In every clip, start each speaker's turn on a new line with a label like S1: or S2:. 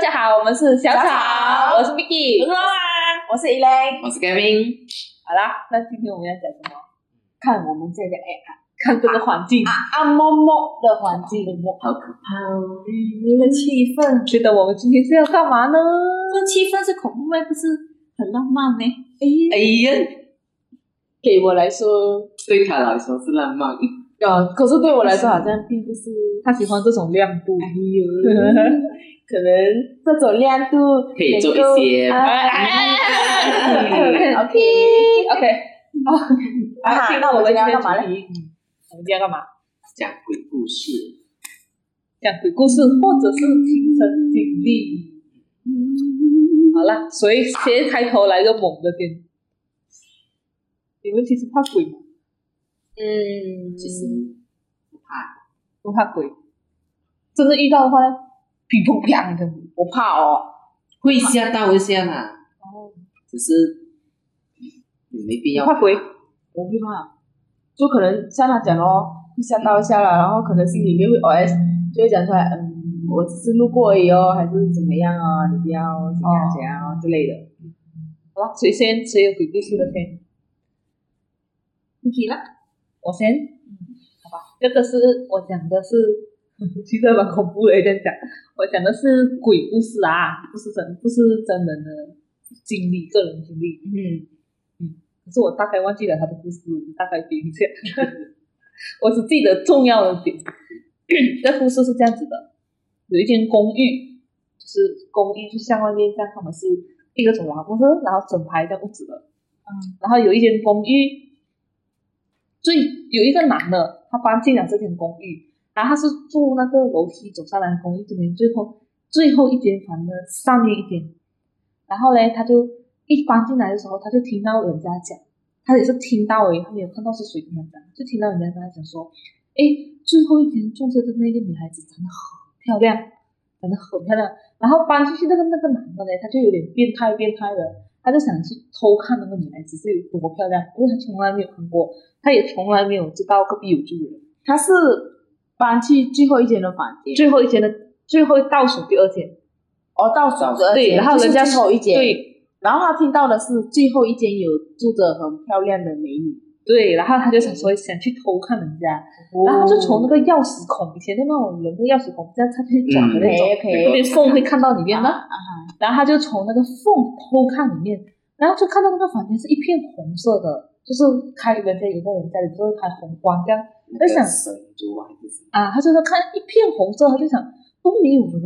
S1: 家好，我们是小
S2: 小
S1: 草，
S2: 草
S1: 我是 Vicky，
S2: 我是我是 Elaine，
S3: 我是 Gavin，
S1: 好啦，那今天我们要讲什么？看我们这个 AI，看这个环境，啊
S2: 啊摸摸的环境，
S3: 好可怕哦！
S2: 你们气氛，
S1: 觉得我们今天是要干嘛呢？
S2: 这气氛是恐怖吗？不是很浪漫呢？
S1: 哎，
S3: 哎呀，
S2: 给我来说，
S3: 对他来说是浪漫。
S2: 呃，可是对我来说好像并不是，
S1: 他喜欢这种亮度，
S2: 哎呦， 可能这种亮度
S3: 可以做一
S2: 能够
S3: 些
S1: 哎
S2: 啊
S1: 哎
S3: 哎哎
S2: OK
S1: OK，
S2: 啊
S1: 好，
S2: 那我们今天要干嘛
S1: 呢？嗯我们今天要干嘛？
S3: 讲鬼故事，
S1: 讲鬼故事，或者是亲身经历。好啦，所以先开头来个猛的先。你们其实怕鬼吗？
S2: 嗯，
S3: 其实不怕，
S1: 不怕鬼，真的遇到的话，噼砰砰的。
S2: 我怕哦，
S3: 会吓到一下啦，
S1: 哦，
S3: 只是也没必要。
S1: 怕鬼，
S2: 我会怕，就可能像他讲哦，会吓到一下啦，然后可能心里面会 OS，就会讲出来，嗯，我只是路过而已哦，还是怎么样哦，你不要怎样怎样哦之类的。
S1: 好啦，谁先谁有鬼故事的先？
S2: 你给呢？
S1: 我先，嗯好吧，这个是我讲的是，其实蛮恐怖的，这样讲，我讲的是鬼故事啊，不是真不是真人的经历，个人经历。
S2: 嗯，
S1: 可是我大概忘记了他的故事，我大概编一下。 我只记得重要的点。 这故事是这样子的：有一间公寓，就是公寓，就像外面这样，他们是一个走廊公司，然后整排这样屋子的。嗯，然后有一间公寓，最有一个男的，他搬进了这间公寓，然后他是住那个楼梯走上来的公寓这边最后最后一间房的上面一间，然后嘞，他就一搬进来的时候，他就听到人家讲，他也是听到而已，他没有看到是谁跟他讲，就听到人家跟他讲说，诶，最后一间住着的那个女孩子长得很漂亮，长得很漂亮。然后搬进去那个那个男的嘞，他就有点变态变态的，他就想去偷看那个女孩子是有多漂亮，因为他从来没有看过，他也从来没有知道隔壁有住人。
S2: 他是搬去最后一间的房间，
S1: 最后一间的最后倒数第二间，
S2: 哦，倒数第二
S1: 对，
S2: 间，
S1: 然后人家
S2: 就是最后一间，，
S1: 对。
S2: 然后他听到的是最后一间有住着很漂亮的美女，
S1: 对，然后他就想说想去偷看人家，然后
S2: 然后
S1: 他就
S2: 就
S1: 从那
S2: 从
S1: 个钥匙孔，以前的那种人的钥匙孔，这样他就去转的那种，
S2: OK，OK
S1: 那边缝会看到里面的，
S2: 那啊
S1: 然后他就从那个缝偷看里面，然后就看到那个房间是一片红色的，就是开人家有个人家里都会开红光这样
S3: 那
S1: 在想
S3: 个神族还是什么？
S1: 啊，他就说看一片红色，他就想都没有人，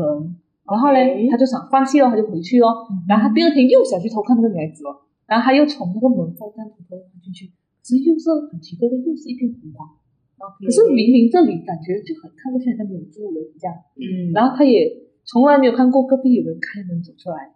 S1: 然后嘞他
S2: OK
S1: 就想放弃了，他就回去哦，然后他第二天又想去偷看那个女孩子了，然后他又从那个门缝这样偷偷看进去，可是又是很奇怪的，又是一片红光。可是明明这里感觉就很看不出来他没有住人这样，
S2: 嗯，
S1: 然后他也从来没有看过隔壁有人开门走出来，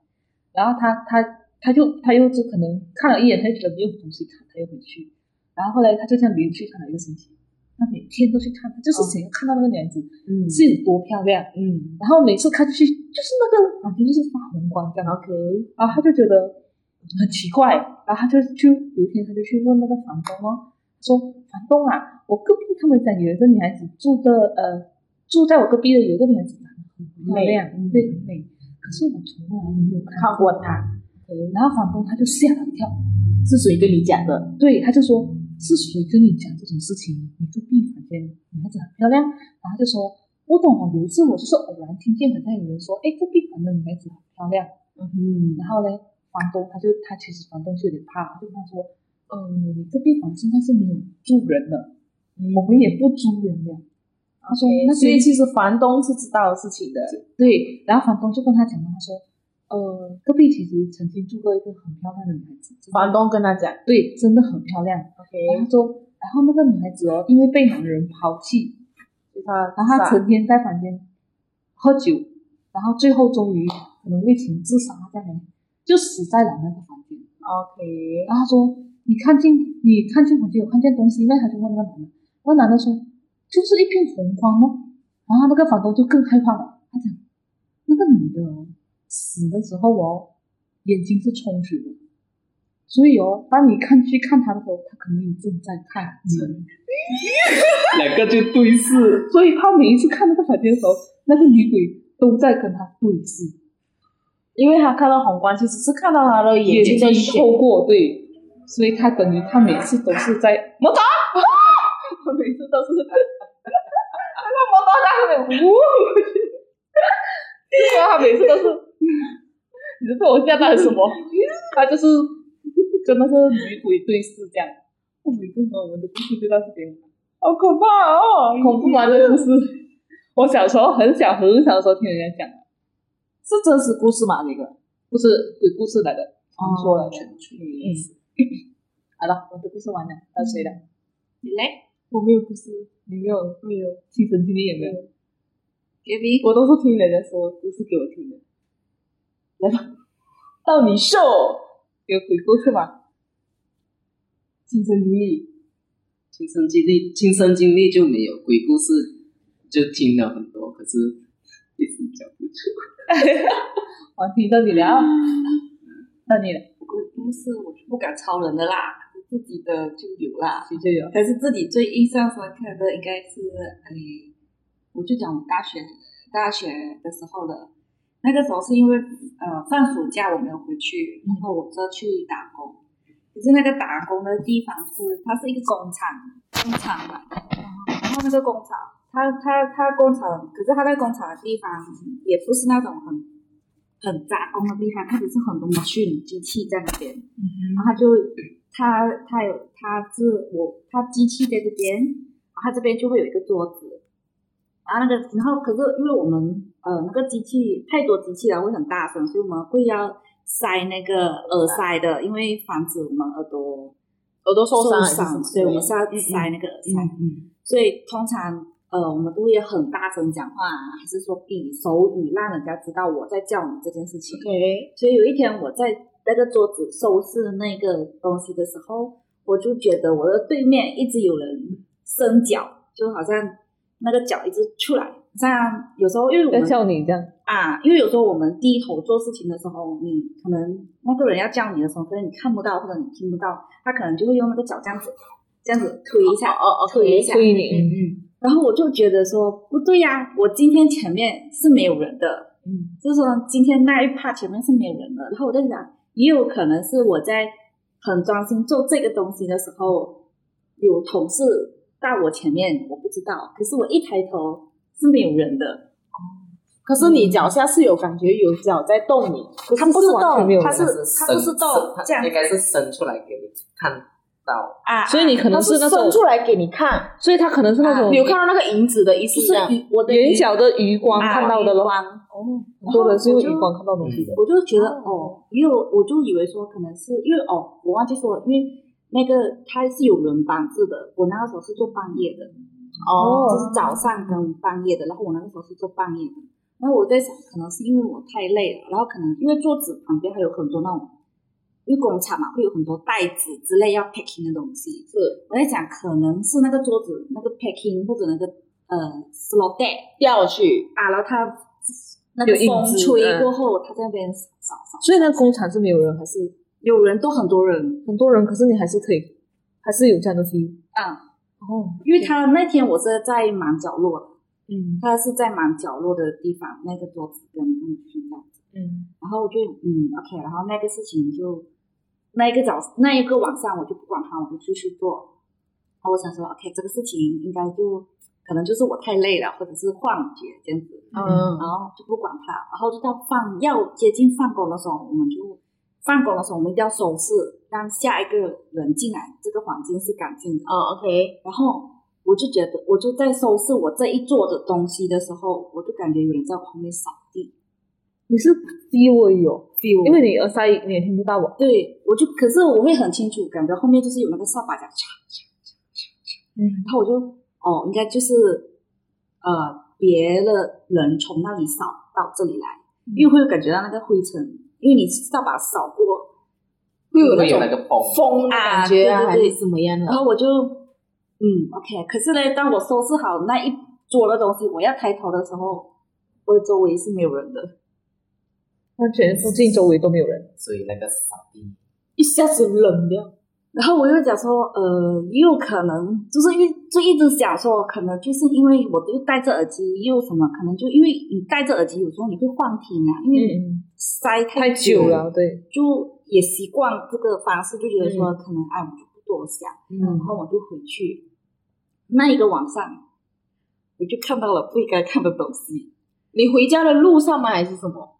S1: 然后他他他就他又就可能看了一眼，他就觉得没有东西看，他又回去，然后后来他就这样连续看了一个星期，他每天都去看，他就是哦想要看到那个女孩子
S2: 嗯
S1: 是有多漂亮，
S2: 嗯
S1: 然后每次看去就是那个房间就是发红光这样，
S2: ，OK，
S1: 然后他就觉得很奇怪，然后他就去有一天他就去问那个房东哦，说房东啊，我隔壁他们家有一个女孩子住的呃住在我隔壁的有一个女孩子很漂亮，
S2: 美嗯
S1: 对很美，可是我从来没有看
S2: 看过她。
S1: 对然后房东他就吓了一跳，
S2: 是谁跟你讲的？
S1: 对，他就说是谁跟你讲这种事情？你隔壁房间女孩子很漂亮，然后他就说不懂哦，有一次我就是偶然听见好像有人说，哎，隔壁房的女孩子很漂亮。
S2: 嗯
S1: 然后呢，房东他就他其实房东是有点怕，他就跟他说，嗯，你这边房现在是没有住人了，我们也不租人了。他说那
S2: 嗯所以
S1: 边
S2: 其实房东是知道事情的。
S1: 对，然后房东就跟他讲了，他说，呃，隔壁其实曾经住过一个很漂亮的女孩子，真的
S2: 房东跟他讲
S1: 对，真的很漂亮。然
S2: ，OK，
S1: 后说，然后那个女孩子哦，因为被男人抛弃，
S2: 就他
S1: 然后她
S2: 是啊吧
S1: 成天在房间喝酒，然后最后终于可能为情自杀这样的，就死在了那个房间。
S2: OK，
S1: 然后他说：“你看见你看见房间有看见东西？”那他就问那个男的，那男的说：“就是一片红光哦。”然后那个房东就更害怕了，他讲：“那个女的哦死的时候哦，眼睛是充血的，所以哦，当你看去看她的时候，她可能也正在看你。
S3: 两个就对视，
S1: 所以他每一次看那个房间的时候，那个女鬼都在跟他对视。
S2: 因为他看到红光其实是看到他的眼睛的
S1: 眼睛
S2: 血，
S1: 透过对，所以他等于他每次都是在摩托，他每次都是看到摩托他是呜，是啊，他每次都是，你是被我吓到了什么？他就是跟那个女鬼对视这样。Oh my god！我们的故事就到这边了。
S2: 好可怕哦！
S1: 恐怖啊吗？这个故事？我小时候很小很小的时候听人家讲的，
S2: 是真实故事吗？这个
S1: 不是鬼故事来的，
S2: 哦
S1: 传说来的。嗯，好了，我的故事完
S4: 嗯
S1: 了，到谁了？
S2: 嗯
S3: 你来
S1: 我没有故事，你没有没有亲身经历也没
S4: 嗯
S1: 有。
S3: ，Gaby，
S2: 我都是听人家说故事给我听的。来吧，到你秀
S1: 有鬼故事吗？
S2: 亲身经历，
S3: 亲身经历，亲身经历就没有鬼故事，就听了很多，可是一直讲不出。
S1: 我听到你了，到啊你了，
S4: 鬼故事嗯我就不敢抄人的啦，自己的就有啦。
S1: 谁就有。
S4: 可是自己最印象深刻的应该是，哎，我就讲我大学大学的时候的，那个时候是因为呃放暑假我没有回去，然后我就去打工。可是那个打工的地方是，它是一个工厂，工厂嘛。然后那个工厂，它它它工厂，可是它那个工厂的地方也不是那种很很杂工的地方，它只是很多 machine 机器在那边。
S1: 嗯
S4: 然后他就他他有他是我他机器在这边，然后他这边就会有一个桌子，然后那个然后可是因为我们呃那个机器太多机器了会很大声，所以我们会要塞那个耳塞的，因为防止我们耳朵
S2: 耳朵受伤还是嗯什
S4: 伤，
S2: 么，
S4: 所以我们是要塞那个耳塞。
S2: 嗯
S4: 所以通常呃，我们都会很大声讲话，还是说比手语让人家知道我在叫你这件事情。
S2: ，OK，
S4: 所以有一天我在那个桌子收拾那个东西的时候，我就觉得我的对面一直有人伸脚，就好像那个脚一直出来，像有时候因为我
S1: 在
S4: 们
S1: 叫你这样，
S4: 啊，因为有时候我们低头做事情的时候，你可能那个人要叫你的时候，可能你看不到或者你听不到，他可能就会用那个脚这样子，这样子推一下，
S2: 哦
S4: 推一下，
S1: 推
S4: 嗯
S1: 你，
S4: 嗯。然后我就觉得说不对呀、我今天前面是没有人的，
S1: 嗯，
S4: 就是说今天那一 part 前面是没有人的，然后我在想，也有可能是我在很专心做这个东西的时候，有同事到我前面，我不知道，可是我一抬头是没有人的，
S2: 可是你脚下是有感觉有脚在动你，
S4: 他不是
S1: 完全没有人
S4: 动，他是他不
S3: 伸
S4: 是动，
S3: 它
S4: 这样
S3: 应该是伸出来给你看到，
S4: 啊，
S1: 所以你可
S2: 它
S1: 能
S2: 是
S1: 那种
S2: 伸，出来给你看，
S1: 所以他可能是那种
S4: 啊
S2: 你有看到那个影子的意思
S4: 就
S2: 这样
S4: 是余我的余
S1: 眼角的余光
S4: 啊
S1: 看到的
S4: 余
S1: 咯。
S4: 光
S1: 哦，很多人是用
S4: 然后我就
S1: 余光看到东西的。
S4: 我就觉得哦，因为我就以为说可能是因为哦，我忘记说了，因为那个它是有轮班制的，我那个时候是做半夜的，
S2: 哦，
S4: 就是早上跟半夜的，然后我那个时候是做半夜的，然后我在想，可能是因为我太累了，然后可能因为桌子旁边还有很多那种，因为工厂嘛会有很多袋子之类要 packing 的东西，
S2: 是
S4: 我在想可能是那个桌子那个 packing 或者那个呃 slot d e c
S2: 掉去，
S4: 啊，然后它那
S1: 有
S4: 个
S1: 影
S4: 风
S1: 子
S4: 吹
S1: 嗯
S4: 过后，它在那边扫扫扫，
S1: 所以那工厂是没有人，还是
S4: 有人都很多人，
S1: 很多人，可是你还是可以，还是有这样的 feel。
S4: 嗯，
S1: 哦，
S4: 因为他那天我是在蛮角落的，
S1: 嗯
S4: 他是在蛮角落的地方，那个桌子跟跟我睡觉。
S1: 嗯，
S4: 然后我就嗯，OK，然后那个事情就那一个早那一个晚上我就不管它，我就继续做。然后我想说，OK，这个事情应该就可能就是我太累了，或者是幻觉这样子，
S2: 嗯
S4: 然后就不管它。然后就到放要接近放工的时候，我们就放工的时候我们一定要收拾，让下一个人进来，这个环境是干净的。
S2: 哦，OK，
S4: 然后我就觉得，我就在收拾我这一桌的东西的时候，我就感觉有人在我后面扫地，
S1: 你是低位哦，因
S4: 因
S1: 为你耳塞你也听不到我。
S4: 对，我就可是我会很清楚，感觉后面就是有那个扫把在嚓，
S1: 嗯，
S4: 然后我就哦，应该就是呃别的人从那里扫到这里来，
S2: 嗯
S4: 因为会感觉到那个灰尘，因为你扫把扫过，
S2: 会有
S3: 会
S2: 那
S3: 有那
S2: 种
S3: 个风，
S2: 风的感觉啊，
S4: 啊
S2: 还
S4: 对对对
S2: 是怎么样的
S4: 然？后我就嗯 OK，可是呢，当我收拾好那一桌的东西，我要抬头的时候，我的周围是没有人的，
S1: 完全附近周围都没有人。
S3: 所以那个扫地
S2: 一下子冷掉，
S4: 然后我又讲说，呃，也有可能就是一就一直想说，可能就是因为我又戴着耳机，又什么，可能就因为你戴着耳机，有时候你会幻听啊，因为
S1: 嗯，
S4: 塞
S1: 太
S4: 久
S1: 久，了，对，
S4: 就也习惯这个方式，就觉得说可能哎，我就不多想，然
S1: 嗯，
S4: 后我就回去。那一个晚上，我就看到了不应该看的东西，
S2: 你回家的路上吗？还是什么？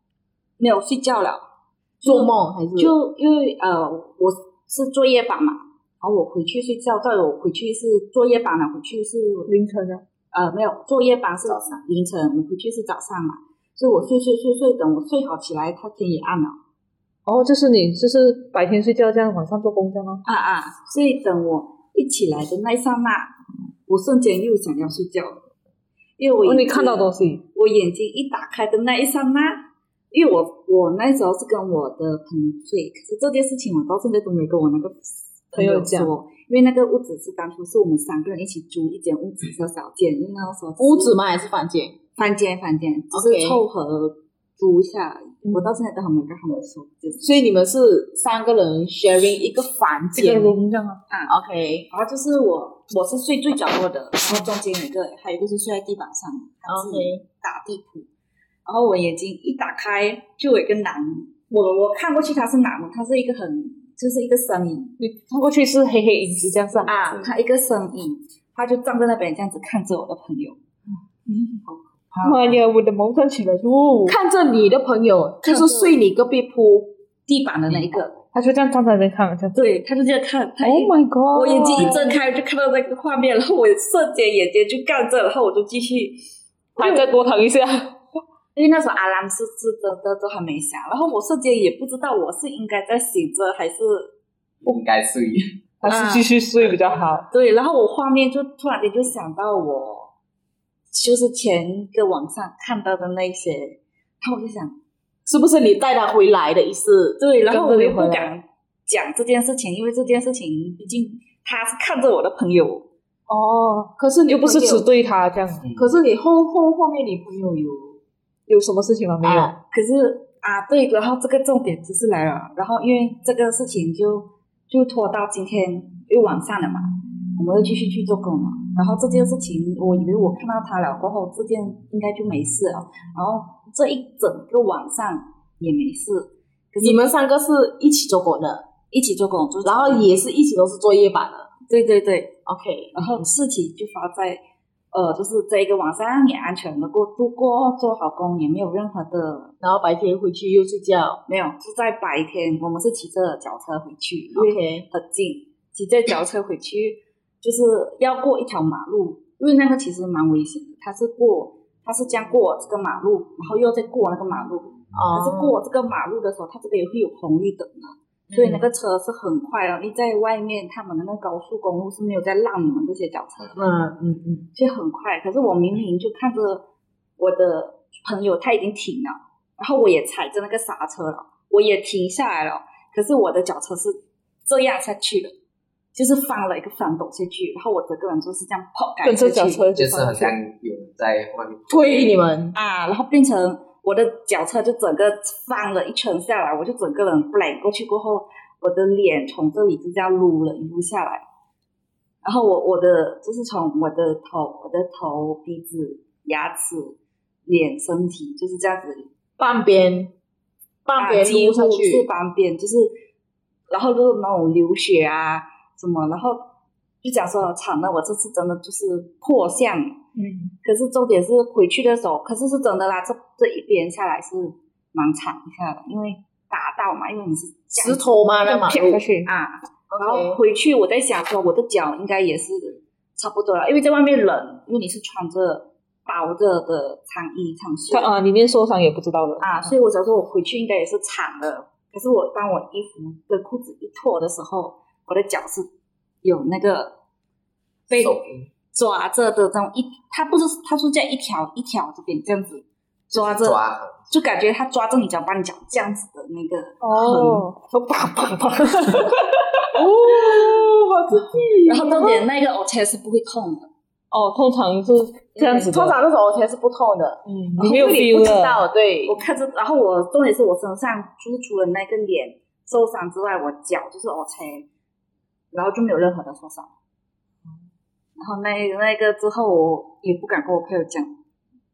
S4: 没有睡觉了。
S2: 做梦
S1: 嗯
S2: 还是
S4: 就因为呃，我是作业班嘛，然后我回去睡觉，到我回去是作业班了，回去是
S1: 凌晨啊，
S4: 呃没有作业班是凌晨，我回去是早上嘛，所以我睡睡睡睡，等我睡好起来，它天也暗了
S1: 哦，就是你就是白天睡觉这样，晚上做工这样啊，
S4: 啊啊，所以等我一起来的那一刹那，我瞬间又想要睡觉了，因为我、
S1: 哦，你看到
S4: 的。
S1: 东西，
S4: 我眼睛一打开的那一刹那，因为我我那时候是跟我的朋友睡，可是这件事情我到现在都没跟我那个
S1: 朋友讲
S4: 说，因为那个屋子是当初是我们三个人一起租一间屋子小小间，因为那个时候
S2: 屋子吗？还是房间？
S4: 房间房间只
S2: OK
S4: 是凑合租一下而已
S1: 嗯
S4: 我到现在都还没有跟他们说，就是
S2: 所以你们是三个人 sharing 一个房
S1: 这个
S2: 间
S1: room 这样
S4: 嗯
S1: 啊，
S2: ，OK，
S4: 然后就是我我是睡最角落的，然后中间有一个，还有一个是睡在地板上，他自己
S2: OK
S4: 打地铺。然后我眼睛一打开，就有一个男，我我看过去他是男的，他是一个很就是一个身影
S1: 你看过去是黑黑影子这样是啊，
S4: 啊，他一个身影，他就站在那边这样子看着我的朋友，
S1: 妈呀，我的毛站起来哟，
S2: 看着你的朋友，就是睡你隔壁铺
S4: 地板的那一个，
S1: 他就这样站在那边看，这样
S4: 嗯对，他就这样看，他一、
S1: ，Oh my God，
S4: 我眼睛一睁开就看到那个画面，然后我瞬间眼睛就干这，然后我就继续
S1: 还再多躺一下，
S4: 因为那时候阿郎是是真的都还没响，然后我瞬间也不知道我是应该在醒着还是
S3: 应该睡。
S1: 还是继续睡比较好。
S4: 对，然后我画面就突然间就想到我就是前个晚上看到的那些，然后我就想，
S2: 是不是你带他回来的意思？
S4: 对，然后我又
S1: 跟着你
S4: 不
S1: 回来
S4: 敢讲这件事情，因为这件事情毕竟他是看着我的朋友，
S1: 哦，
S2: 可是你
S1: 又不是
S2: 朋友
S1: 只对他这样，
S2: 可是你后后后面你朋友有
S1: 有什么事情吗？没有。
S2: 啊
S4: 可是啊，对，然后这个重点就是来了，然后因为这个事情就就拖到今天又晚上了嘛，我们又继续去做工了。然后这件事情，我以为我看到他了过后，这件应该就没事了。然后这一整个晚上也没事，可是
S2: 你们三个是一起做工的，
S4: 一起做工，就是
S2: 然后也是一起都是作业版的
S4: 对对对，
S2: ，OK，
S4: 然后事情就发在。呃，就是这一个晚上也安全的过度过，做好工也没有任何的
S2: 然后白天回去又睡觉
S4: 没有，是在白天，我们是骑着脚车回去，因为
S2: ，OK，
S4: 很近，骑着脚车回去，就是要过一条马路，因为那个其实蛮危险的。他是过，他是这样过这个马路，然后又再过那个马路。
S1: 嗯
S4: 可是
S2: 哦，
S4: 过这个马路的时候，他这边也会有红绿灯的，所以那个车是很快的。你在外面，他们的那个高速公路是没有在让你们这些脚车的，
S2: 嗯嗯嗯，
S4: 所以很快。可是我明明就看着我的朋友他已经停了，然后我也踩着那个刹车了，我也停下来了。可是我的脚车是这样下去的，就是翻了一个翻斗下去，然后我整个人就是这样跑开
S1: 跟
S4: 下
S1: 着
S4: 去
S1: 脚车
S3: 就
S1: 就是放
S3: 好
S1: 下
S3: 像，有人在外面
S2: 推你们，
S4: 啊，然后变成我的脚车就整个翻了一圈下来，我就整个人 blank 过去过后，我的脸从这里就这样撸了一路下来，然后我我的就是从我的头、我的头、鼻子、牙齿、脸、身体就是这样子
S2: 半边半
S4: 啊，
S2: 边
S4: 几
S2: 撸
S4: 乎
S2: 下
S4: 是
S2: 去，
S4: 半边，就是然后就是那种流血啊什么，然后就讲说惨了，我这次真的就是破相。
S1: 嗯，
S4: 可是重点是回去的时候，可是是真的啦，这这一边下来是蛮惨一下的，因为打到嘛，因为你是这
S2: 石
S4: 样
S2: 头吗？那
S1: 那
S2: 马
S1: 啪
S2: 路
S1: 下去，哦
S4: 啊，然后
S2: OK，
S4: 回去我在想说，我的脚应该也是差不多了，因为在外面冷，因为你是穿着薄着的长衣长袖
S2: 哦
S1: 他啊，里面受伤也不知道的
S4: 啊，所以我想说我回去应该也是惨了。可是我当我衣服跟裤子一脱的时候，我的脚是有那个被
S3: 手柄
S4: 抓着的那种一，它不是它是这样一条一条这边这样子抓着，
S3: 抓痕，
S4: 就感觉它抓着你脚，把你脚这样子的那个。
S2: 嗯
S1: 哦，都砰砰 砰，
S2: 哦，好刺激
S4: 然后重点那个 o k 是不会痛的，
S1: 哦，通常是这样子的，
S2: 通常那种我才是不痛的，
S1: 嗯，
S2: 然
S1: 你
S2: 后
S1: 没有
S2: 因为你不
S1: feel
S2: 知
S1: 了，
S2: 道，对
S4: 我，看着，然后我重点是我身上就是除了那个脸受伤之外，我脚就是 o k 然后就没有任何的受伤。然后那那个之后，我也不敢跟我朋友讲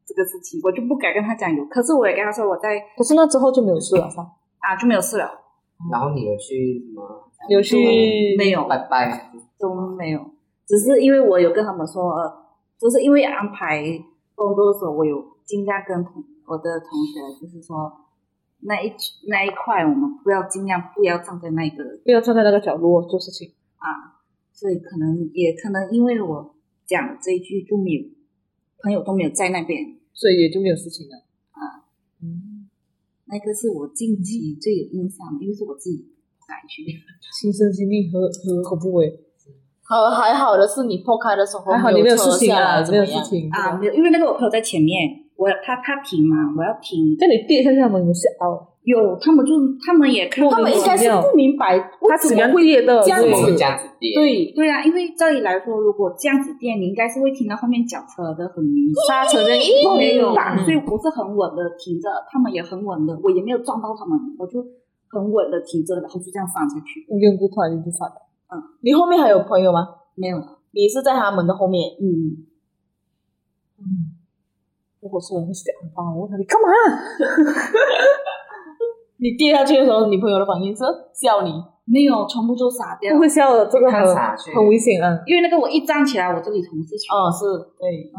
S4: 这个事情，我就不敢跟他讲有。可是我也跟他说我在
S1: 可是那之后就没有事了，是吧？
S4: 啊就没有事了，
S3: 然后你有去什么
S1: 有去
S4: 没有
S3: 拜拜？
S4: 都没有，只是因为我有跟他们说，呃，就是因为安排工作的时候，我有尽量跟同我的同学，就是说那一那一块，我们不要尽量不要站在那个
S1: 不要站在那个角落做事情。
S4: 啊，所以可能也可能因为我讲这一句就没有朋友都没有在那边，
S1: 所以也就没有事情了。
S4: 啊，
S1: 嗯，
S4: 那个是我近期最有印象的，因为是我自己感觉。
S1: 亲身经历何何可不为？
S2: 好还好的是你破开的时候，
S1: 还好你没有事
S2: 车
S1: 情
S2: 下来
S1: 啊，
S2: 怎
S1: 没
S2: 么
S1: 有事
S2: 样？
S1: 情
S4: 啊，没有，因为那个我朋友在前面，我他他停嘛，我要停。
S1: 那你跌下去，他们有吓到，
S4: 有他们就他们也看
S2: 他们应该是不明白
S1: 他
S2: 为什
S1: 怎
S2: 么
S1: 样
S2: 会
S1: 跌的？
S2: 这样
S3: 怎
S2: 子
S3: 么会
S1: 对
S3: 这样子跌？
S2: 对
S4: 对啊，因为照理来说，如果这样子电，你应该是会听到后面脚车的很明显。
S1: 刹车这样
S4: 没有
S1: 嗯
S4: 所以我是很稳的停着，他们也很稳的，我也没有撞到他们，我就很稳的停着，然后就这样放下去，
S1: 无缘无故突然间就发了。
S2: 你后面还有朋友吗？
S4: 没有了。
S2: 你是在他们的后面，
S4: 嗯，
S1: 如果是我会想到，我问他你干嘛？
S2: 你跌下去的时候，你朋友的反应是笑你，
S4: 没有，全部都傻掉
S1: 不。会笑的，这个
S3: 看
S1: 很
S3: 傻去
S1: 很危险啊。
S4: 因为那个我一站起来，我这里同事去，
S2: 哦，是对，
S4: 嗯，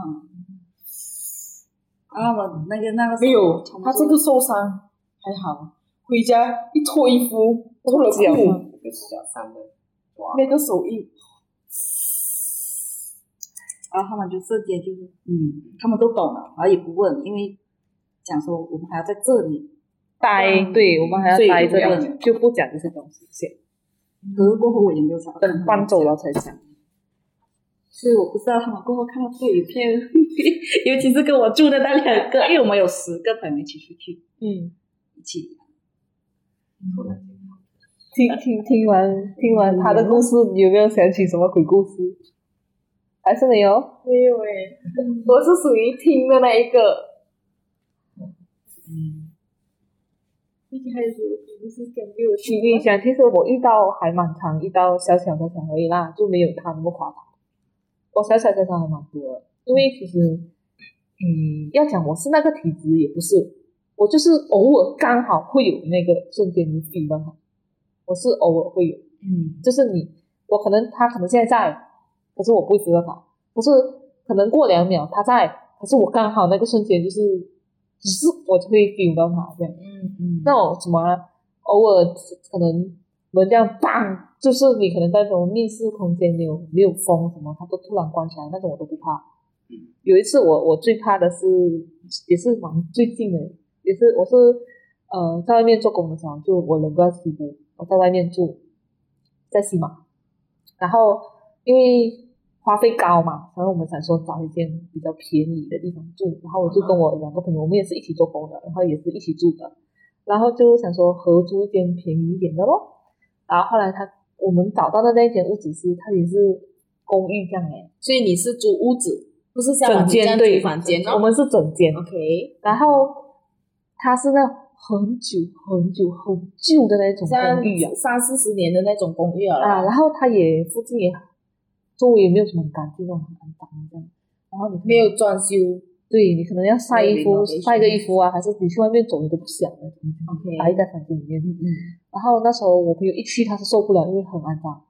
S4: 然后啊我那个那个
S2: 没有
S4: 同，
S2: 他
S4: 事
S2: 这个受伤还好，回家一脱衣服，脱了裤，
S3: 那个小三的，哇，
S2: 那个手印，
S4: 然啊后他们就直接就是，嗯，他们都懂了，然后也不问，因为讲说我们还要在这里，
S1: 呆，对我们还要
S4: 所以
S1: 呆
S4: 就
S1: 这
S4: 不要
S1: 个，就不讲这些东西，先
S4: 可是过后我也没有想到
S1: 等搬走了才讲。
S4: 所以我不知道他们过后看到这个影片， 尤其是跟我住的那两个，因为我们有十个朋友一起出去，
S1: 嗯，
S4: 一起
S3: 突然间
S1: 听听听完听完他的故事，你有没有想起什么鬼故事？还是没有？
S2: 没有欸诶，嗯我是属于听的那一个。毕竟还有不是感觉我
S1: 你你想，其实我遇到还蛮常遇到小小小小而已啦，就没有他那么夸张。我小小小小还蛮多的，因为其实，嗯，要讲我是那个体质也不是，我就是偶尔刚好会有那个瞬间的 feel 到它我是偶尔会有，
S4: 嗯
S1: 就是你，我可能他可能现在在，可是我不会知道他，可是可能过两秒他在，可是我刚好那个瞬间就是，只是我就会 feel 到他这样。
S4: 嗯嗯
S1: 那种什么啊偶尔可能门这样砰，就是你可能在那种密室空间没有没有风什么，它都突然关起来那种我都不怕
S3: 嗯。
S1: 有一次我我最怕的是也是蛮最近的，也是我是呃在外面做工的时候，就我人不在西部，我在外面住，在西马，然后因为。花费高嘛，然后我们想说找一间比较便宜的地方住，然后我就跟我两个朋友，我们也是一起做工的，然后也是一起住的，然后就想说合租一间便宜一点的咯。然后后来他我们找到的那间屋子是它也是公寓这样哎，
S2: 所以你是租屋子，不是像我
S1: 整
S2: 们这
S1: 间
S2: 样
S1: 对
S2: 租房间
S1: 我
S2: 哦。
S1: 们是整间。
S2: OK，
S1: 然后它是那种很久很久很旧的那种
S2: 像
S1: 公寓啊
S2: 三四十年的那种公寓
S1: 啊，
S2: 啊，
S1: 然后它也附近也周围也没有什么很干净那种很肮脏这样。然后你可能
S2: 没有装修。
S1: 对你可能要晒衣
S2: 没有
S1: 服，
S2: renovation
S1: 晒个衣服啊，还是你去外面走你都不想的，
S2: OK
S1: 待在房间里面。
S4: 嗯嗯
S1: 然后那时候我朋友一去，他是受不了，因为很肮脏。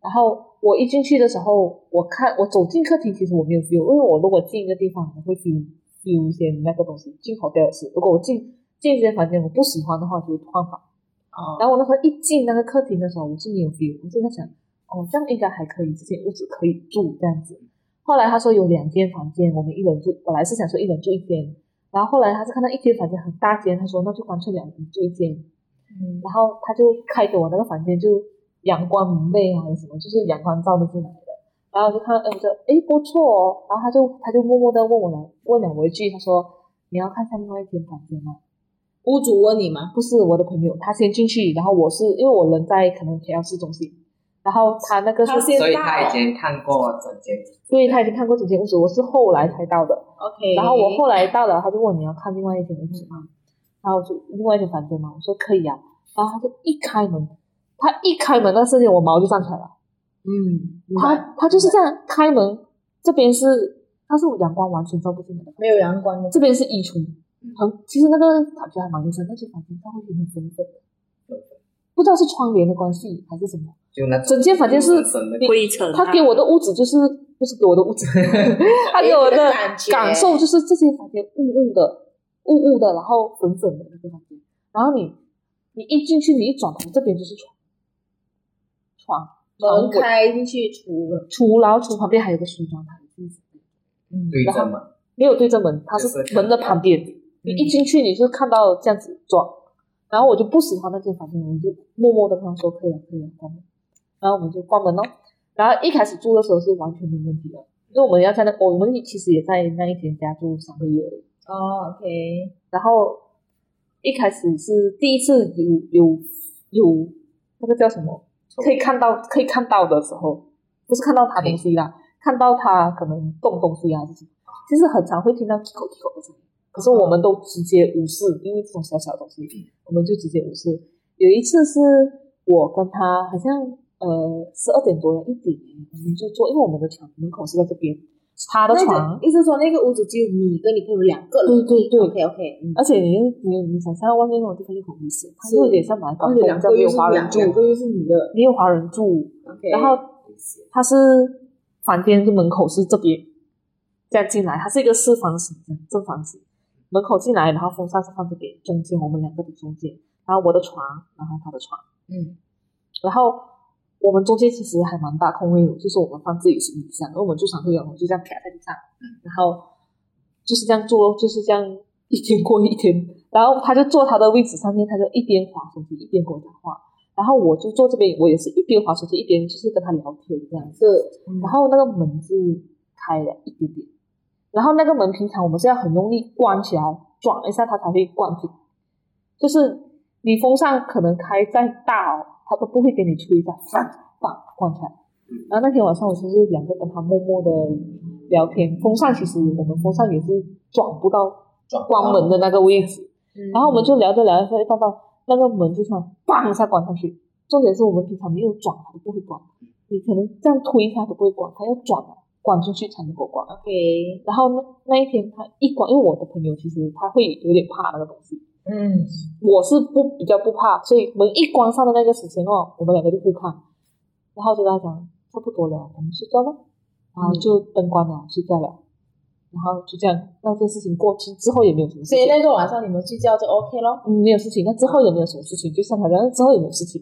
S1: 然后我一进去的时候，我看我走进客厅，其实我没有 feel，因为我如果进一个地方，我会 feel feel 一些那个东西。进好掉也是，如果我进进一间房间我不喜欢的话，就会换房。
S2: 哦
S1: 然后我那时候一进那个客厅的时候，我是没有 feel，我就在想，哦，这样应该还可以，这间屋子可以住这样子。后来他说有两间房间，我们一人住，本来是想说一人住一间，然后后来他是看到一间房间很大间，他说那就干脆两人住一间。
S2: 嗯，
S1: 然后他就开给我那个房间，就阳光明媚啊，还是什么，就是阳光照得进来的。然后我就看，哎，我就哎不错哦。然后他就他就默默的问我了，问了我一句，他说你要看下另外一间房间吗？
S2: 屋主问你吗？
S1: 不是我的朋友，他先进去，然后我是因为我人在可能 KL 市中心，然后他那个
S2: 他
S1: 是
S2: 先
S3: 所以
S2: 到
S3: 他已经看过整间，
S1: 因为他已经看过整间屋子，我是后来才到的。
S2: OK，
S1: 然后我后来到了，他就问我你要看另外一间屋子
S2: 嗯
S1: 吗？然后我就另外一间房间嘛，我说可以啊。然后他就一开门，他一开门那瞬间我毛就站起来了，
S2: 嗯，明白
S1: 它它就是这样开门，这边是它是阳光完全照不进来的，
S2: 没有阳光的，
S1: 这边是衣橱，
S2: 嗯
S1: 很其实那个感觉还蛮阴森，那间房间它会有点粉粉的，不知道是窗帘的关系还是什么，
S3: 就那种
S1: 整间房间是
S3: 很深的
S4: 灰尘啊，
S1: 他给我的屋子就是不是给我的 屋子，他给我的感受就是这些房间雾雾的、雾雾的，然后粉粉的那个房间。然后你你一进去，你一转头，这边就是床，床床
S2: 门开进去除了，
S1: 厨，然后厨旁边还有个梳妆台，就是
S2: 嗯，
S3: 对
S1: 然后
S3: 着嘛，
S1: 没有对着门，它是
S3: 就是
S1: 门的旁边。你一进去，你就看到这样子装，然后我就不喜欢那间房间，我就默默的跟他说可以了，可以了，关门。然后我们就关门咯。然后一开始住的时候是完全没问题的，因为我们要在那，哦我们其实也在那一间家住三个月而已。
S2: 哦，OK，
S1: 然后一开始是第一次有有有那个叫什么，可以看到可以看到的时候，不是看到他东西啦，看到他可能动东西啊这些，其实很常会听到 k i k 的声音，可是我们都直接无视，因为这种小小的东西，我们就直接无视。有一次是我跟他好像呃十二点多一点，我们就坐，因为我们的床门口是在这边，是他的
S2: 那
S1: 床
S2: 个，意思说那个屋子只有你跟你朋友两个人，
S1: 对对对
S2: OK OK，嗯，
S1: 而且你你你想象外面那种地方就很危险，它
S2: 是
S1: 有点像马来港，
S2: 而
S1: 这
S2: 且两
S1: 样
S2: 个
S1: 没
S2: 又
S1: 有
S2: 是
S1: 华人
S2: 两
S1: 住，
S2: 两个又是女的
S1: 没有华人住，
S2: ，OK，
S1: 然后它是房间的门口是这边，这样进来，它是一个四方形这样正方形，门口进来，然后风扇是放这边，中间我们两个的中间，然后我的床，然后他的床，
S2: 嗯，
S1: 然后我们中间其实还蛮大空位的，就是我们放自己行李箱，因为我们住常客洋楼，就这样撇在地上，然后就是这样坐咯，就是这样一天过一天，然后他就坐他的位置上面，他就一边划手机一边跟我讲话，然后我就坐这边，我也是一边划手机一边就是跟他聊天这样子。
S2: 是，
S1: 然后那个门是开了一点点，然后那个门平常我们是要很用力关起来，撞一下它才会关紧，就是你风扇可能开再大哦，它都不会给你吹一下，放放关起来。然后那天晚上我就是两个跟他默默的聊天，风扇其实我们风扇也是转不到
S3: 转
S1: 关门的那个位置，然后我们
S2: 就
S1: 就聊着聊着一放到那个门就突然砰一下关上去。重点是我们平常没有转，它都不会关。你可能这样推它都不会关，它要转了，关出去才能够关。
S2: OK，
S1: 然后那那一天它一关，因为我的朋友其实他会有点怕那个东西，
S2: 嗯，
S1: 我是不比较不怕，所以门一关上的那个时间哦，我们两个就互看，然后就跟他讲差不多了，我们睡觉吧，然后就灯关了，睡觉了，然后就这样，那件事情过去之后也没有什么事
S2: 所
S1: 情。
S2: 以那个晚上你们睡觉就 OK 咯，
S1: 嗯，没有事情。那之后也没有什么事情，就像他讲，那之后也没有事情。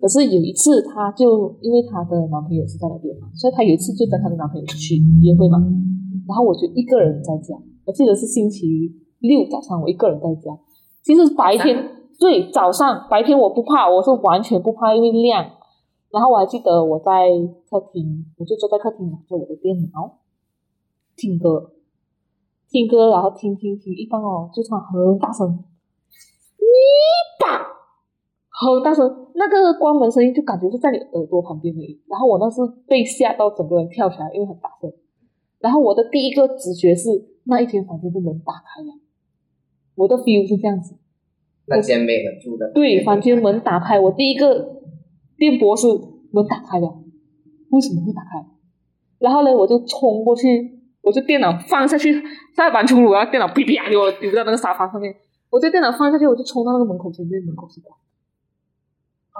S1: 可是有一次，她就因为她的男朋友是在那边嘛，所以她有一次就跟她的男朋友出去约会嘛。然后我就一个人在家，我记得是星期六早上，我一个人在家。其实白天对早上白天我不怕，我是完全不怕，因为亮。然后我还记得我在客厅，我就坐在客厅拿着我的电脑听歌，听歌，然后听听听，一般哦就唱很大声，你把好大声，那个关门声音就感觉是在你耳朵旁边而已。然后我那是被吓到，整个人跳起来，因为很大声。然后我的第一个直觉是那一间房间的门打开了，我的 feel 是这样子。
S3: 那间没人住的，
S1: 对，房间门打开，我第一个电波是门打开了，为什么会打开？然后呢，我就冲过去，我就电脑放下去，再完成我，然后电脑噼啪给我丢到那个沙发上面。我就电脑放下去，我就冲到那个门口前面，门口是关的。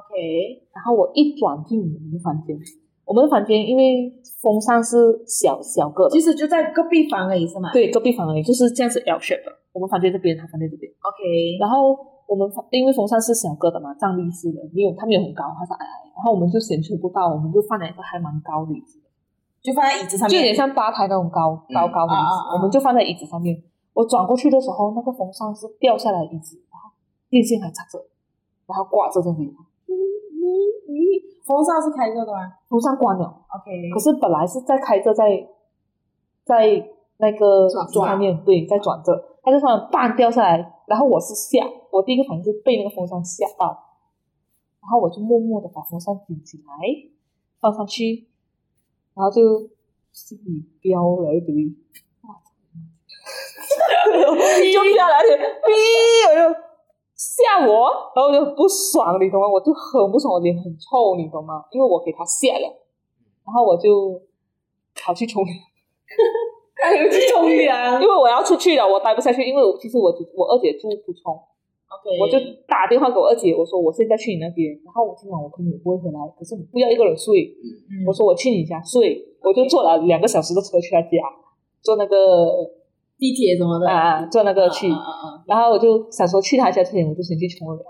S2: ，OK，
S1: 然后我一转进我们的房间，我们的房间因为风扇是小小个的
S2: 其，实就在隔壁房而已是吗？
S1: 对，隔壁房而已，就是这样子 L shape 的。我们房间这边，他房间这边。
S2: ，OK，
S1: 然后我们房因为风扇是小个的嘛，站立式的，没有它没有很高，它是矮矮。然后我们就显出不到，我们就放了一个还蛮高的椅子，
S2: 就放在椅子上
S1: 就有点
S2: 面，
S1: 像吧台那种高
S3: 嗯
S1: 高高的椅
S2: 啊
S1: 子，
S2: 啊啊
S1: 我们就放在椅子上面。我转过去的时候，那个风扇是掉下来的椅子，然后电线还插着，然后挂着这里，
S2: 风扇是开着的吗
S1: 风扇关了。
S2: ？OK，
S1: 可是本来是在开着在在那个
S2: 转
S1: 桌上面，对，在转着，它就突然半掉下来，然后我是吓，我第一个反应是被那个风扇吓到，然后我就默默的把风扇顶起来，放上去，然后就心里飙了一堆，哇，就飙了一堆，哔，我就吓我，然后我就不爽，你懂吗？我就很不爽，我脸很臭，你懂吗？因为我给他吓了。然后我就跑去冲凉，
S2: 还有去冲凉
S1: 因为我要出去了，我待不下去，因为我其实我我二姐住不冲，
S2: ，OK，
S1: 我就打电话给我二姐，我说我现在去你那边，然后我今晚我朋友也不会回来，可是你不要一个人睡，
S2: 嗯
S1: 我说我去你家睡，我就坐了两个小时的车去他家，坐那个
S2: 地铁什么的，
S1: 啊坐那个去，
S2: 啊啊啊，
S1: 然后我就想说去他家之前我就先去冲凉。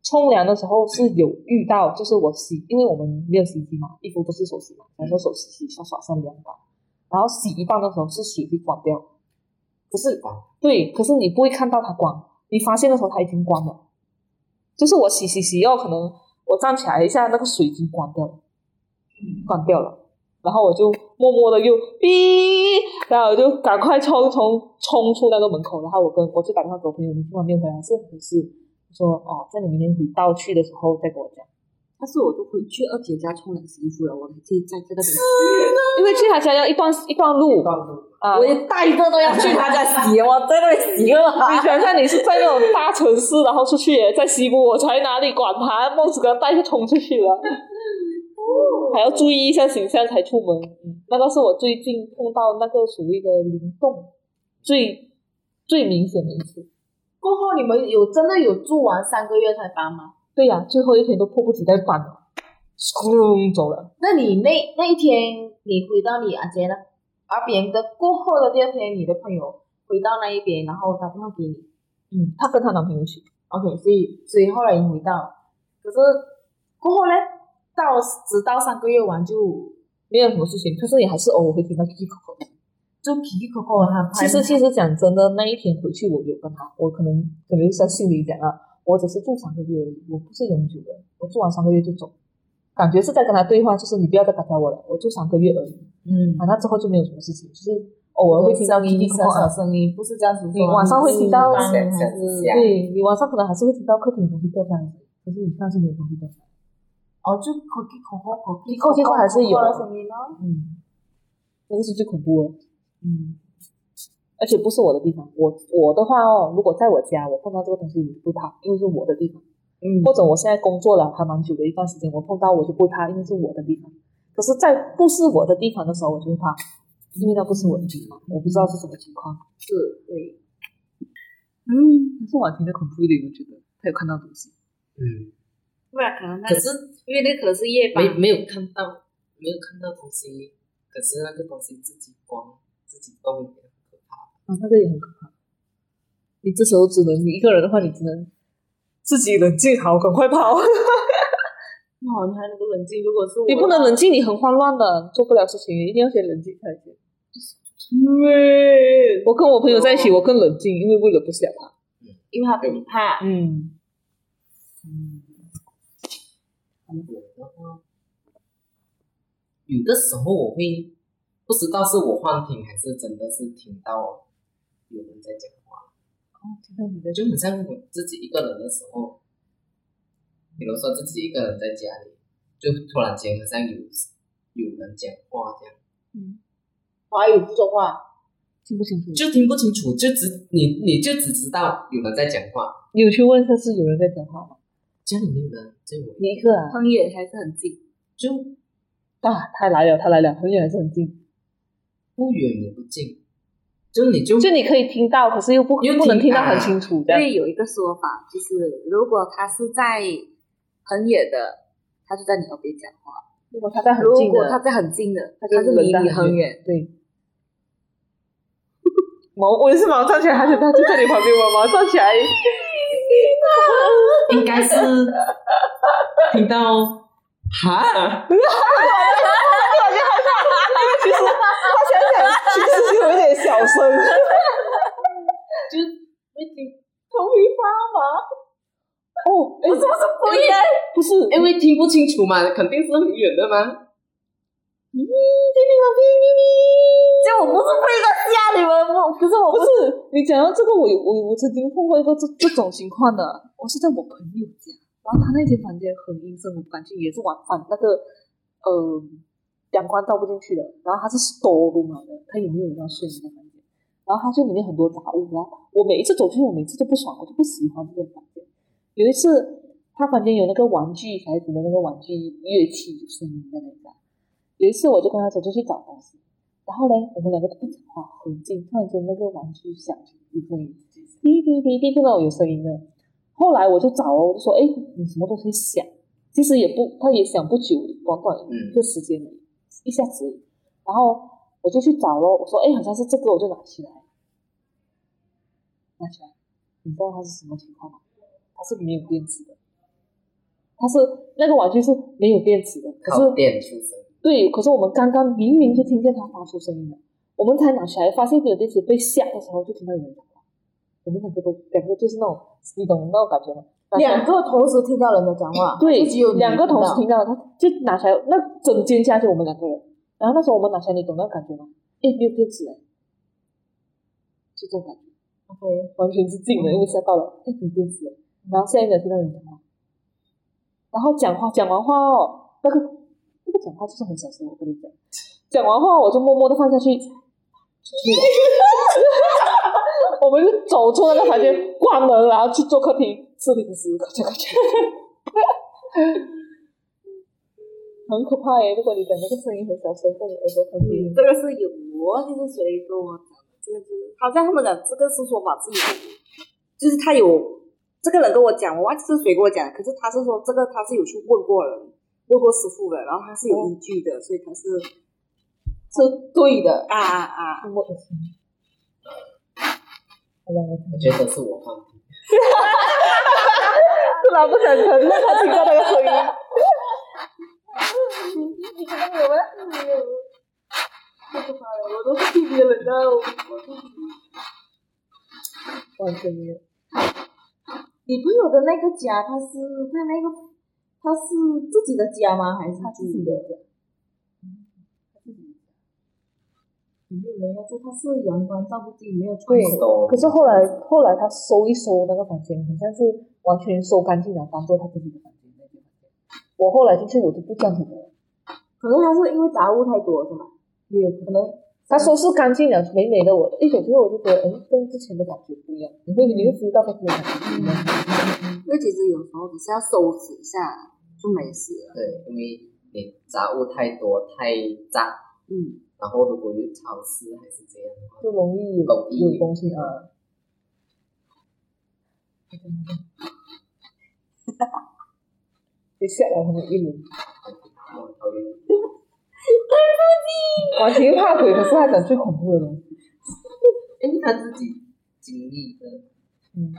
S1: 冲凉的时候是有遇到，就是我洗，因为我们没有洗衣机嘛，衣服都是手洗嘛，想说手洗洗刷刷先凉吧。然后洗一半的时候是水会关掉，可是
S3: 关
S1: 对，可是你不会看到它关，你发现的时候它已经关了。就是我洗洗洗，要可能我站起来一下，那个水已经关掉了，关掉了。然后我就默默的又哔，然后我就赶快冲冲冲出那个门口，然后我跟我就打电话给我朋友，你今晚没有回来是不是？我说哦，在你明天回到去的时候再跟我讲，
S4: 但是我都回去二姐家冲凉洗衣服了，我还自己在这个边，
S1: 因为去他家要一段一段路啊。
S4: 我也带着都要去她家洗，我在那里洗了。
S1: 你想象你是在那种大城市，然后出去耶在西部，我才哪里管他，帽子给他戴就冲出去了，还要注意一下形象才出门。嗯，那个是我最近碰到那个所谓的灵动最最明显的一次。
S2: 过后你们有真的有住完三个月才搬吗？
S1: 对呀、最后一天都迫不及待搬了，轰走了。
S2: 那你那那一天你回到你阿姐呢？阿扁的过后的第二天，你的朋友回到那一边，然后打电话给你。
S1: 嗯，她跟她男朋友一起，
S2: OK，所以所以后来你回到，可是过后呢，到直到三个月完就
S1: 没有什么事情，可是你还是偶尔会听到 k i k o
S2: 就皮皮口口哈。
S1: 其实其实讲真的，那一天回去我有跟他，我可能可能在心里讲啊，我只是住三个月而已，我不是永久的，我住完三个月就走，感觉是在跟他对话，就是你不要再打扰我了，我住三个月而已。
S2: 嗯，
S1: 啊，那之后就没有什么事情，就是偶尔会听到 k
S2: 声
S1: i
S2: 音
S1: k
S2: 小
S1: o
S2: 小声音，不是这样子
S1: 你
S2: 说。
S1: 晚上会听到
S2: 是
S1: 响
S2: 还是
S1: 对你晚上可能还是会听到客厅的东西掉下来，可是你看是没有东西掉下来。
S2: 哦，就口气口口口气
S1: 口气口还是有
S2: 的声音哦。
S1: 嗯，那个是最恐怖的。嗯，而且不是我的地方，我我的话哦，如果在我家，我碰到这个东西我就不怕，因为是我的地方。
S2: 嗯
S1: 或者我现在工作了还蛮久的一段时间，我碰到我就不会怕，因为是我的地方。可是，在不是我的地方的时候，我就会怕，因为那不是我的地方，我不知道是什么情况。
S2: 是，对。
S1: 嗯，凤婉婷的恐怖一点，我觉得她有看到东西。
S3: 嗯，
S4: 不然可能那
S3: 可
S4: 个
S3: 是
S4: 因为那可能是夜班
S3: 没，没有看到，没有看到东西，可是那个东西自己光自己动也很可怕。
S1: 啊，那个也很可怕。你这时候只能你一个人的话，你只能自己冷静好，赶 快跑。
S2: 哦，你还能够冷静，如果是我，
S1: 你不能冷静，你很慌乱的，做不了事情，一定要先冷静才行。
S2: 对，
S1: 我跟我朋友在一起，我更冷静，因为为了不想啊他。
S2: 因为他比你怕。
S1: 嗯，
S3: 我的话，有的时候我会不知道是我幻听还是真的是听到有人在讲话。
S1: 听到你的
S3: 就很像我自己一个人的时候，比如说自己一个人在家里，就突然间好像有有人讲话这样，
S2: 华语不说话，
S1: 听不清楚。
S3: 就听不清楚，就只你你就只知道有人在讲话，
S1: 你有去问一下是有人在讲话吗？
S3: 家里没有人，只有我一个人，
S1: 你一个啊？
S4: 朋友还是很近。
S3: 就
S1: 啊，他来了，他来了，很远还是很近？
S3: 不远也不近，就你就
S1: 就你可以听到，可是又不
S3: 又听
S1: 不能听到很清楚，这样
S4: 因为有一个说法，就是如果他是在很远的，他就在你耳边讲话；
S1: 如果他在很
S4: 如
S1: 近
S4: 果他
S1: 的，
S4: 在很近的，他
S1: 就
S4: 就是离
S1: 人在
S4: 你很远。
S1: 对。毛，我也是毛站起来，而且他就在你旁边，我毛站起来。
S3: 应该是听到哈，
S1: 其实他想想，其实是有一点小 声。
S2: 就会听头皮发麻。
S1: 哦，哎，是不是哎
S2: 不一样，
S1: 不是，
S3: 因为听不清楚嘛，肯定是很远的嘛，
S2: 就我不是为了吓你们，我可是我
S1: 不是，你讲到这个，我有我我曾经碰过一个这这种情况的，啊我是在我朋友家，然后他那间房间很阴森，我不敢进，也是晚饭那个呃阳光照不进去的，然后他是 s t o r 来的，他也没有人要睡那个房间，然后他就里面很多杂物，然后我每一次走进去，我每次都不爽，我就不喜欢这个房间。有一次，他房间有那个玩具小孩子的那个玩具乐器有声音在那里打，有一次我就跟他走出去找东西，然后呢，我们两个都不讲话，很近，突然间那个玩具响起一声音，滴滴滴滴，就那种有声音的。后来我就找了，我就说，哎，你什么东西响？其实也不，他也想不久，短短一个时间而已，一下子而已。然后我就去找咯，我说，哎，好像是这个，我就拿起来，拿起来。你知道它是什么情况吗？它是没有电池的，它是那个玩具是没有电池的，可是
S3: 靠电出声，
S1: 对，可是我们刚刚明明就听见它发出声音了，我们才拿起来，发现没有电池，被吓的时候就听到有人讲话，我们两个都两个就是那种，你懂那种感觉吗？拿起来
S2: 两个同时听到人家讲话，
S1: 对，
S2: 就只有你
S1: 两个同时
S2: 听
S1: 听到，他就拿起来，那整间下去我们两个人，然后那时候我们拿起来，你懂那种感觉吗？哎，没有电池哎，就这种感觉。
S2: 到。OK，
S1: 完全是静的，因为吓到了，哎，你电死了。然后现在没有听到人讲话，然后讲话讲完话哦，那个那个讲话就是很小声，我跟你讲，讲完话我就默默的放下去，出 去了。我们就走出那个房间，关门，然后去做客厅吃零食，快去快去。很可怕耶！如果你讲那个声音很小声，在你耳朵旁边，
S4: 这个是有我忘记是谁跟我讲的，这个就是好像他们讲这个是说法是有，就是他有这个人跟我讲，我忘记是谁跟我讲的，可是他是说这个他是有去问过人，问过师傅的，然后他是有依据的，所以他是
S2: 是对的。
S4: 啊啊啊，
S1: 我恶心。好了，我
S3: 我觉得是我幻听。
S1: 是啊吧？不想承认他听到那个声音。
S2: 我都是听别人的，
S1: 完全没有。
S2: 你朋友的那个家，他是他那个他是自己的家吗？还是自己的家？有没有人要住？他是阳光照不进，没有窗口。
S1: 可是后来后来他收一收那个房间，好像是完全收干净了，当做他自己的房间那间房间。我后来进去我就不这样子了，
S2: 可能他是因为杂物太多是吗？
S1: 也有可能他收拾干净了，美美的我一走之后我就觉得，哎，跟之前的感觉不一样，你会你会知道跟之前的感觉不一样。
S4: 因为其实有时候只是要收拾一下就没事了，
S3: 对，因为你杂物太多太杂，
S4: 嗯，
S3: 然后如果有潮湿还是这样的话，
S1: 就容易有
S3: 容易
S1: 有东西啊。嗯 你吓了他们一轮，
S3: 我很讨厌。
S1: 完全怕鬼，可是他讲最恐怖的东西。
S3: 因为他自己经历的，
S1: 嗯，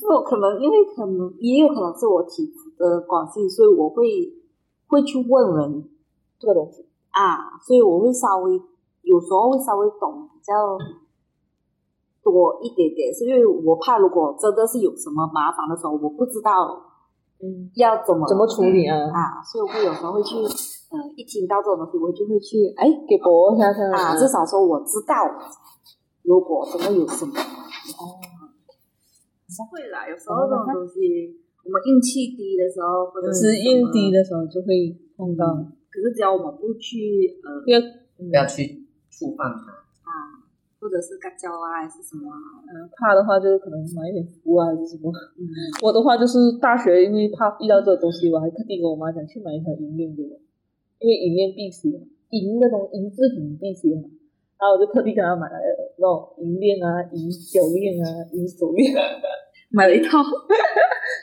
S4: 就可能因为可能也有可能是我体质的关系，所以我会会去问人，
S1: 这个东西，
S4: 啊，所以我会稍微有时候会稍微懂比较多一点点，是因为我怕如果真的是有什么麻烦的时候，我不知道
S1: 嗯，
S4: 要怎么
S1: 怎么处理啊？
S4: 啊，所以我会有时候会去，呃，一听到这种东西，我就会去哎
S1: 给嗯博一下看
S4: 啊，至少说我知道，如果真的有什么
S1: 哦，
S4: 会啦，有时候这种东西，我们运气低的时候，或者
S1: 是嗯
S4: 运
S1: 硬嗯低，的时候就会碰到，
S4: 嗯可是只要我们不去呃
S1: 要
S3: 不要去触犯他。
S4: 或者是干胶啊，还是什么啊、
S1: 呃怕的话，就可能买一点服啊，还是什么。我的话就是大学，因为怕遇到这个东西，我还特地跟我妈讲去买一条银链给我，因为银链辟邪嘛，银那种银制品辟邪嘛。然后我就特地给她买了那种银链啊、银脚链啊、银手链，
S4: 买了一套。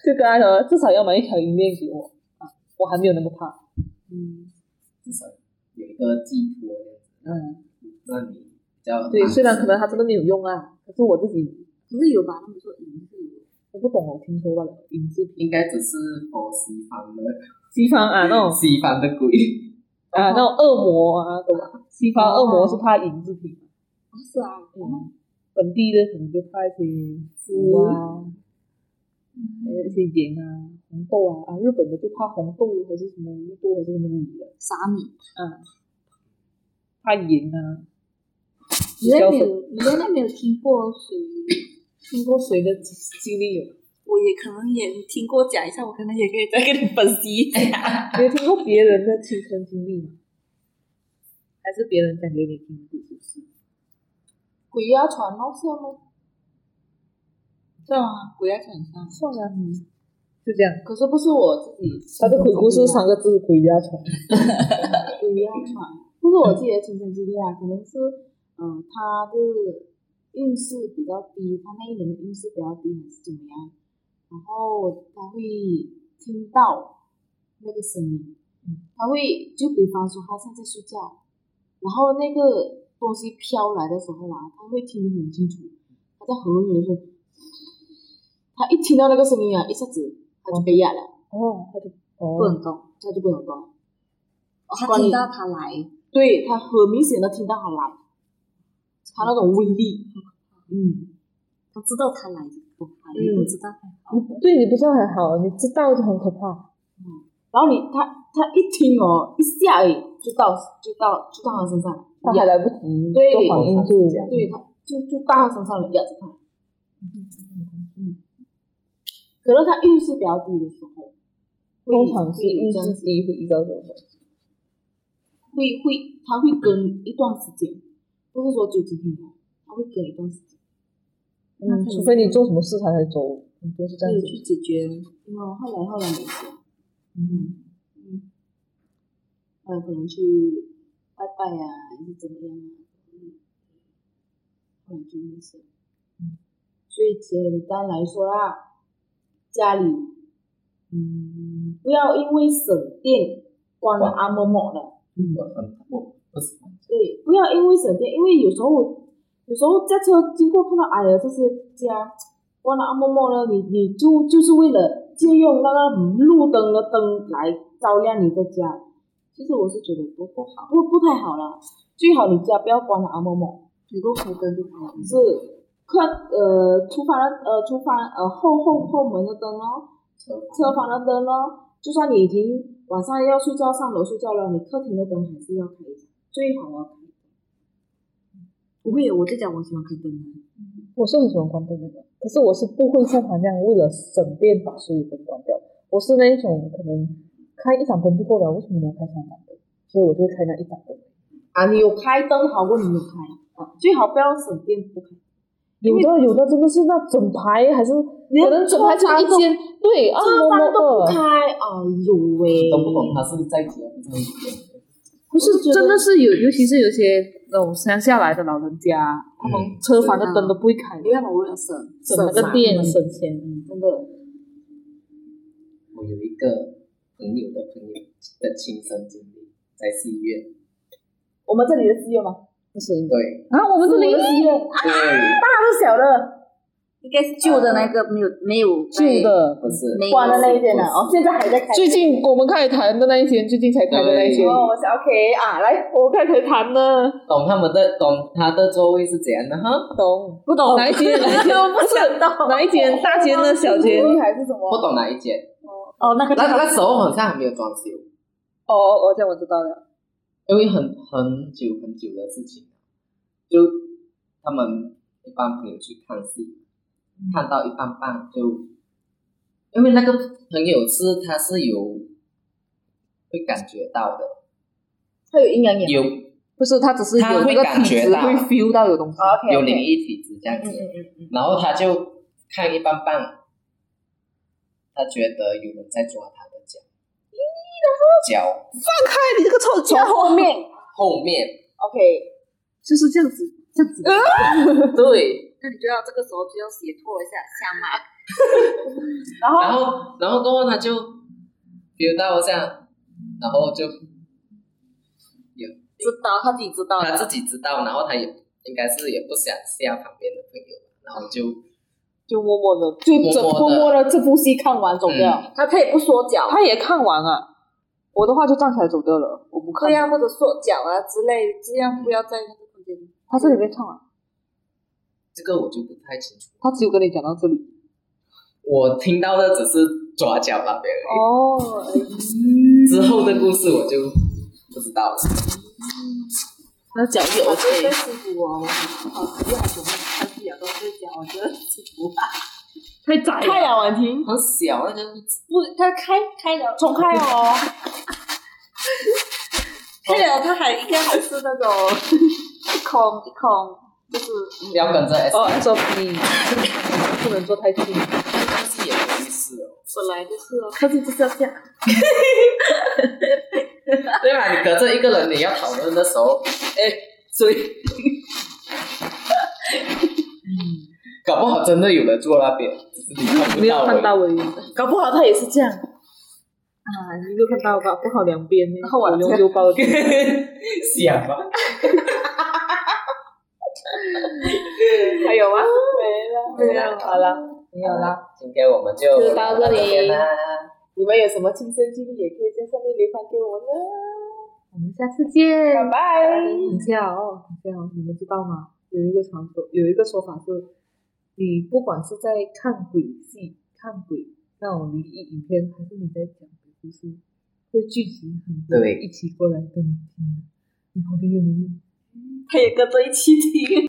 S1: 就跟她说至少要买一条银链给我啊，我还没有那么怕。
S4: 嗯，
S3: 至少有一个寄托这样子，
S1: 嗯，
S3: 让你比较
S1: 对，虽然可能它真的没有用啊，可是我自己
S4: 可是有吧？他们说银是有，
S1: 我不懂，我听说到了银制品，
S3: 应该只是佛西方的
S1: 西方啊那种
S3: 西方的鬼，
S1: 啊，那种恶魔啊，懂吧？西方恶魔是怕银制品，
S4: 不是啊，
S1: 嗯，本地的可能就怕一些符啊，
S4: 嗯
S1: 还有一些盐啊、红豆啊，啊，日本的就怕红豆还是什么绿豆还是什么米的，
S4: 沙米。
S1: 啊，怕盐啊，
S4: 你在
S1: 胶
S4: 没
S1: 粉
S4: 有，你在那没有听过谁？
S1: 听过谁的经经历有？
S4: 我也可能也听过，讲一下，我可能也可以再跟你分析一下。
S1: 你有听过别人的亲身经历吗？还是别人讲给你听的故事？
S2: 鬼压床咯，是吗？
S4: 对啊，不要想象。
S1: 算了，就这样。
S2: 可是不是我自己，
S1: 哦啊他的鬼故事三个字“鬼压床”，
S2: 不一样穿，不是我
S4: 嗯
S2: 自己的亲身经历啊，可能是嗯、呃他的运势比较低，他那一年的运势比较低还是怎么样，然后他会听到那个声音，
S4: 嗯
S2: 他会就比方说他现在在睡觉，然后那个东西飘来的时候啊，他会听得很清楚，他在很远的时候，他一听到那个声音啊，一下子他就被压了，
S1: 哦，他就
S2: 不
S1: 哦，
S2: 能动，他就不能动了。
S4: 哦他
S2: 关
S4: 听
S2: 于
S4: 到他来，
S2: 对他很明显的听到他来，他那种威力，嗯，
S4: 他知道他来就不怕，
S2: 嗯
S4: 也不知道他
S1: 你对你不是很好，你知道就很可怕。
S2: 然后你他他一听哦，一下哎就到就到就到他身上了，
S1: 他还来不及
S2: 对
S1: 做反应就
S2: 对他就就到他身上了，压着他，嗯，可能他运势比较低的时候，
S1: 通常是
S2: 会
S1: 运
S2: 有这样
S1: 势
S2: 子
S1: 低会遇到这种东西。
S2: 会会他会跟一段时间，不是说就今天哦，他会跟一段时间，
S1: 嗯，除非你做什么事他才走，很多是这
S4: 可
S1: 样子。
S4: 以去解决。啊
S2: 因为后来后来没事，嗯嗯，还有可能去拜拜呀、还是怎么样啊，嗯，后来就没事。所以简单来说啦，家里，嗯，不要因为省电关了阿嬷嬷了，
S3: 我很我不喜欢
S2: 对，不要因为省电，因为有时候有时候驾车经过看到矮的这些家，关了暗默默呢，你你就就是为了借用那个路灯的灯来照亮你的家，其实我是觉得不不好，不不太好了，最好你家不要关了暗默默，
S4: 能够开灯就好了。
S2: 是客呃厨房的呃厨房呃后后后门的灯咯，
S3: 车
S2: 车房的灯咯，就算你已经晚上要睡觉上楼睡觉了，你客厅的灯还是要开一下，最好要开。
S4: 不会，我在讲我喜欢开灯啊的，
S1: 我是很喜欢关灯的人，可是我是不会像他那样为了省电把所有灯关掉。我是那一种可能开一盏灯就够了，为什么你要开三盏灯？所以我就会开那一盏灯。
S2: 啊，你有开灯好过你没开，啊、最好不要省电不开。
S1: 有的有的真的是那整排还是可能整排就一间，对啊，
S2: 车
S1: 摸
S2: 灯都
S1: 摸
S2: 不
S1: 的
S2: 开，，哎呦喂！
S3: 都不懂他是在讲这样子。
S1: 不是真的是有，哦尤其是有些那种乡下来的老人家，他们
S3: 嗯
S1: 车房的灯都不会开，
S4: 因为我为了省
S1: 省那个
S4: 嘛
S1: 电省钱，嗯
S2: 真的，
S3: 我有一个朋友的朋友的亲身经历，在戏院，
S2: 我们这里的是有吗？
S1: 不是应该。
S3: 对
S1: 啊，我们这里
S2: 我的是有，
S3: 对，
S2: 大是小的，
S4: 应该是旧的那个没有没有
S1: 旧的，
S3: 不是
S4: 没有
S2: 关了那一间了，哦，现在还在开。
S1: 最近我们开始谈的那一天，最近才开的那一天，
S2: 哦，我是 OK 啊，来，
S1: 我们开始谈呢，
S3: 懂他们的懂他的座位是怎样的哈，
S1: 懂
S4: 不懂
S1: 哪一间？哪一间？不是哪一间？大间的小间？
S2: 监狱还是什
S3: 不
S2: 么？
S3: 懂哪一间。
S4: 哦，那个
S3: 那那时候好像还没有装修，
S1: 哦哦哦，这样我知道了。
S3: 因为很很久很久的事情，啊就他们一帮朋友去看戏，
S4: 嗯
S3: 看到一半半就，因为那个朋友是他是有会感觉到的，
S2: 它有阴阳眼。
S3: 有
S1: 不是，他只是有
S3: 他
S1: 那
S3: 会
S1: 个
S3: 感
S1: 体
S3: 觉
S1: 质
S3: 到
S1: 会 feel 到有东西。
S2: OK，
S3: 有灵异体质这样
S2: 嗯
S3: 子，
S2: 嗯嗯嗯，
S3: 然后他就看一半半，他觉得有人在抓他的脚，脚
S1: 哎，你这个臭
S2: 从后面
S3: 后面，
S2: OK，
S1: 就是这样子，这样子。
S3: 对，
S4: 那你就要这个时候就要解脱一下下马，
S2: 然后
S3: 然后然后过后他就丢到这样，然后就
S4: 知道他自己知道
S3: 啊他
S4: 的，
S3: 自己知道，然后他也应该是也不想吓旁边的朋友，然后就嗯
S1: 就默默的，
S2: 就
S3: 默
S2: 整
S3: 默地
S2: 默默的这部戏看完走掉。
S4: 他可以不缩脚，
S1: 他也看完啊。我的话就站起来走掉了，我不看。
S4: 对呀，或者缩脚啊之类，这样不要在那个空间。
S1: 他这里面看完，
S3: 这个我就不太清楚，
S1: 他只有跟你讲到这里。
S3: 我听到的只是抓脚那边而已，
S1: 哦，
S3: 之后的故事我就不知道了。
S1: 那脚也
S4: 我觉得最舒服哦，我很好，我很喜欢看剧啊，都睡觉，我觉得嗯舒服。
S1: 太窄
S2: 太阳婉婷，
S3: 很小那个椅子，
S4: 不，他开开了，
S2: 重开哦，
S4: 开了，他还应该还是那种一空一空，就是
S3: 不要跟着 S，、
S1: 哦，SOP 不能做太近。
S3: 但是也有意思哦。
S4: 本来就是哦。
S2: 科技就是要这样。
S3: 对吧？你隔着一个人，你要讨论的时候，哎，所以，
S1: 嗯
S3: 搞不好真的有人坐那边，只是你看
S4: 没
S3: 不
S4: 有
S3: 到而
S4: 看
S3: 已
S4: 到而已。
S1: 搞不好他也是这样。
S4: 啊，你没有看到吧？不好两边，然后
S1: 我
S4: 我用右抱的。
S3: 想吧，
S1: 还有吗？没
S4: 没有
S1: 啊好了，没有啦。
S3: 今天我们就
S1: 就到这里
S3: 边啦，
S1: 你们有什么亲身经历，也可以在下面留言给我们哦。
S4: 我们下次见。
S1: 拜拜。
S4: 等一下哦，等一下哦，你们知道吗？有一个传说，有一个说法是，你不管是在看鬼戏、看鬼那种灵异影片，还是你在讲鬼故事，会聚集很多人
S3: 对
S4: 一起过来跟你听。你旁边有没有？
S1: 他也跟着一起听。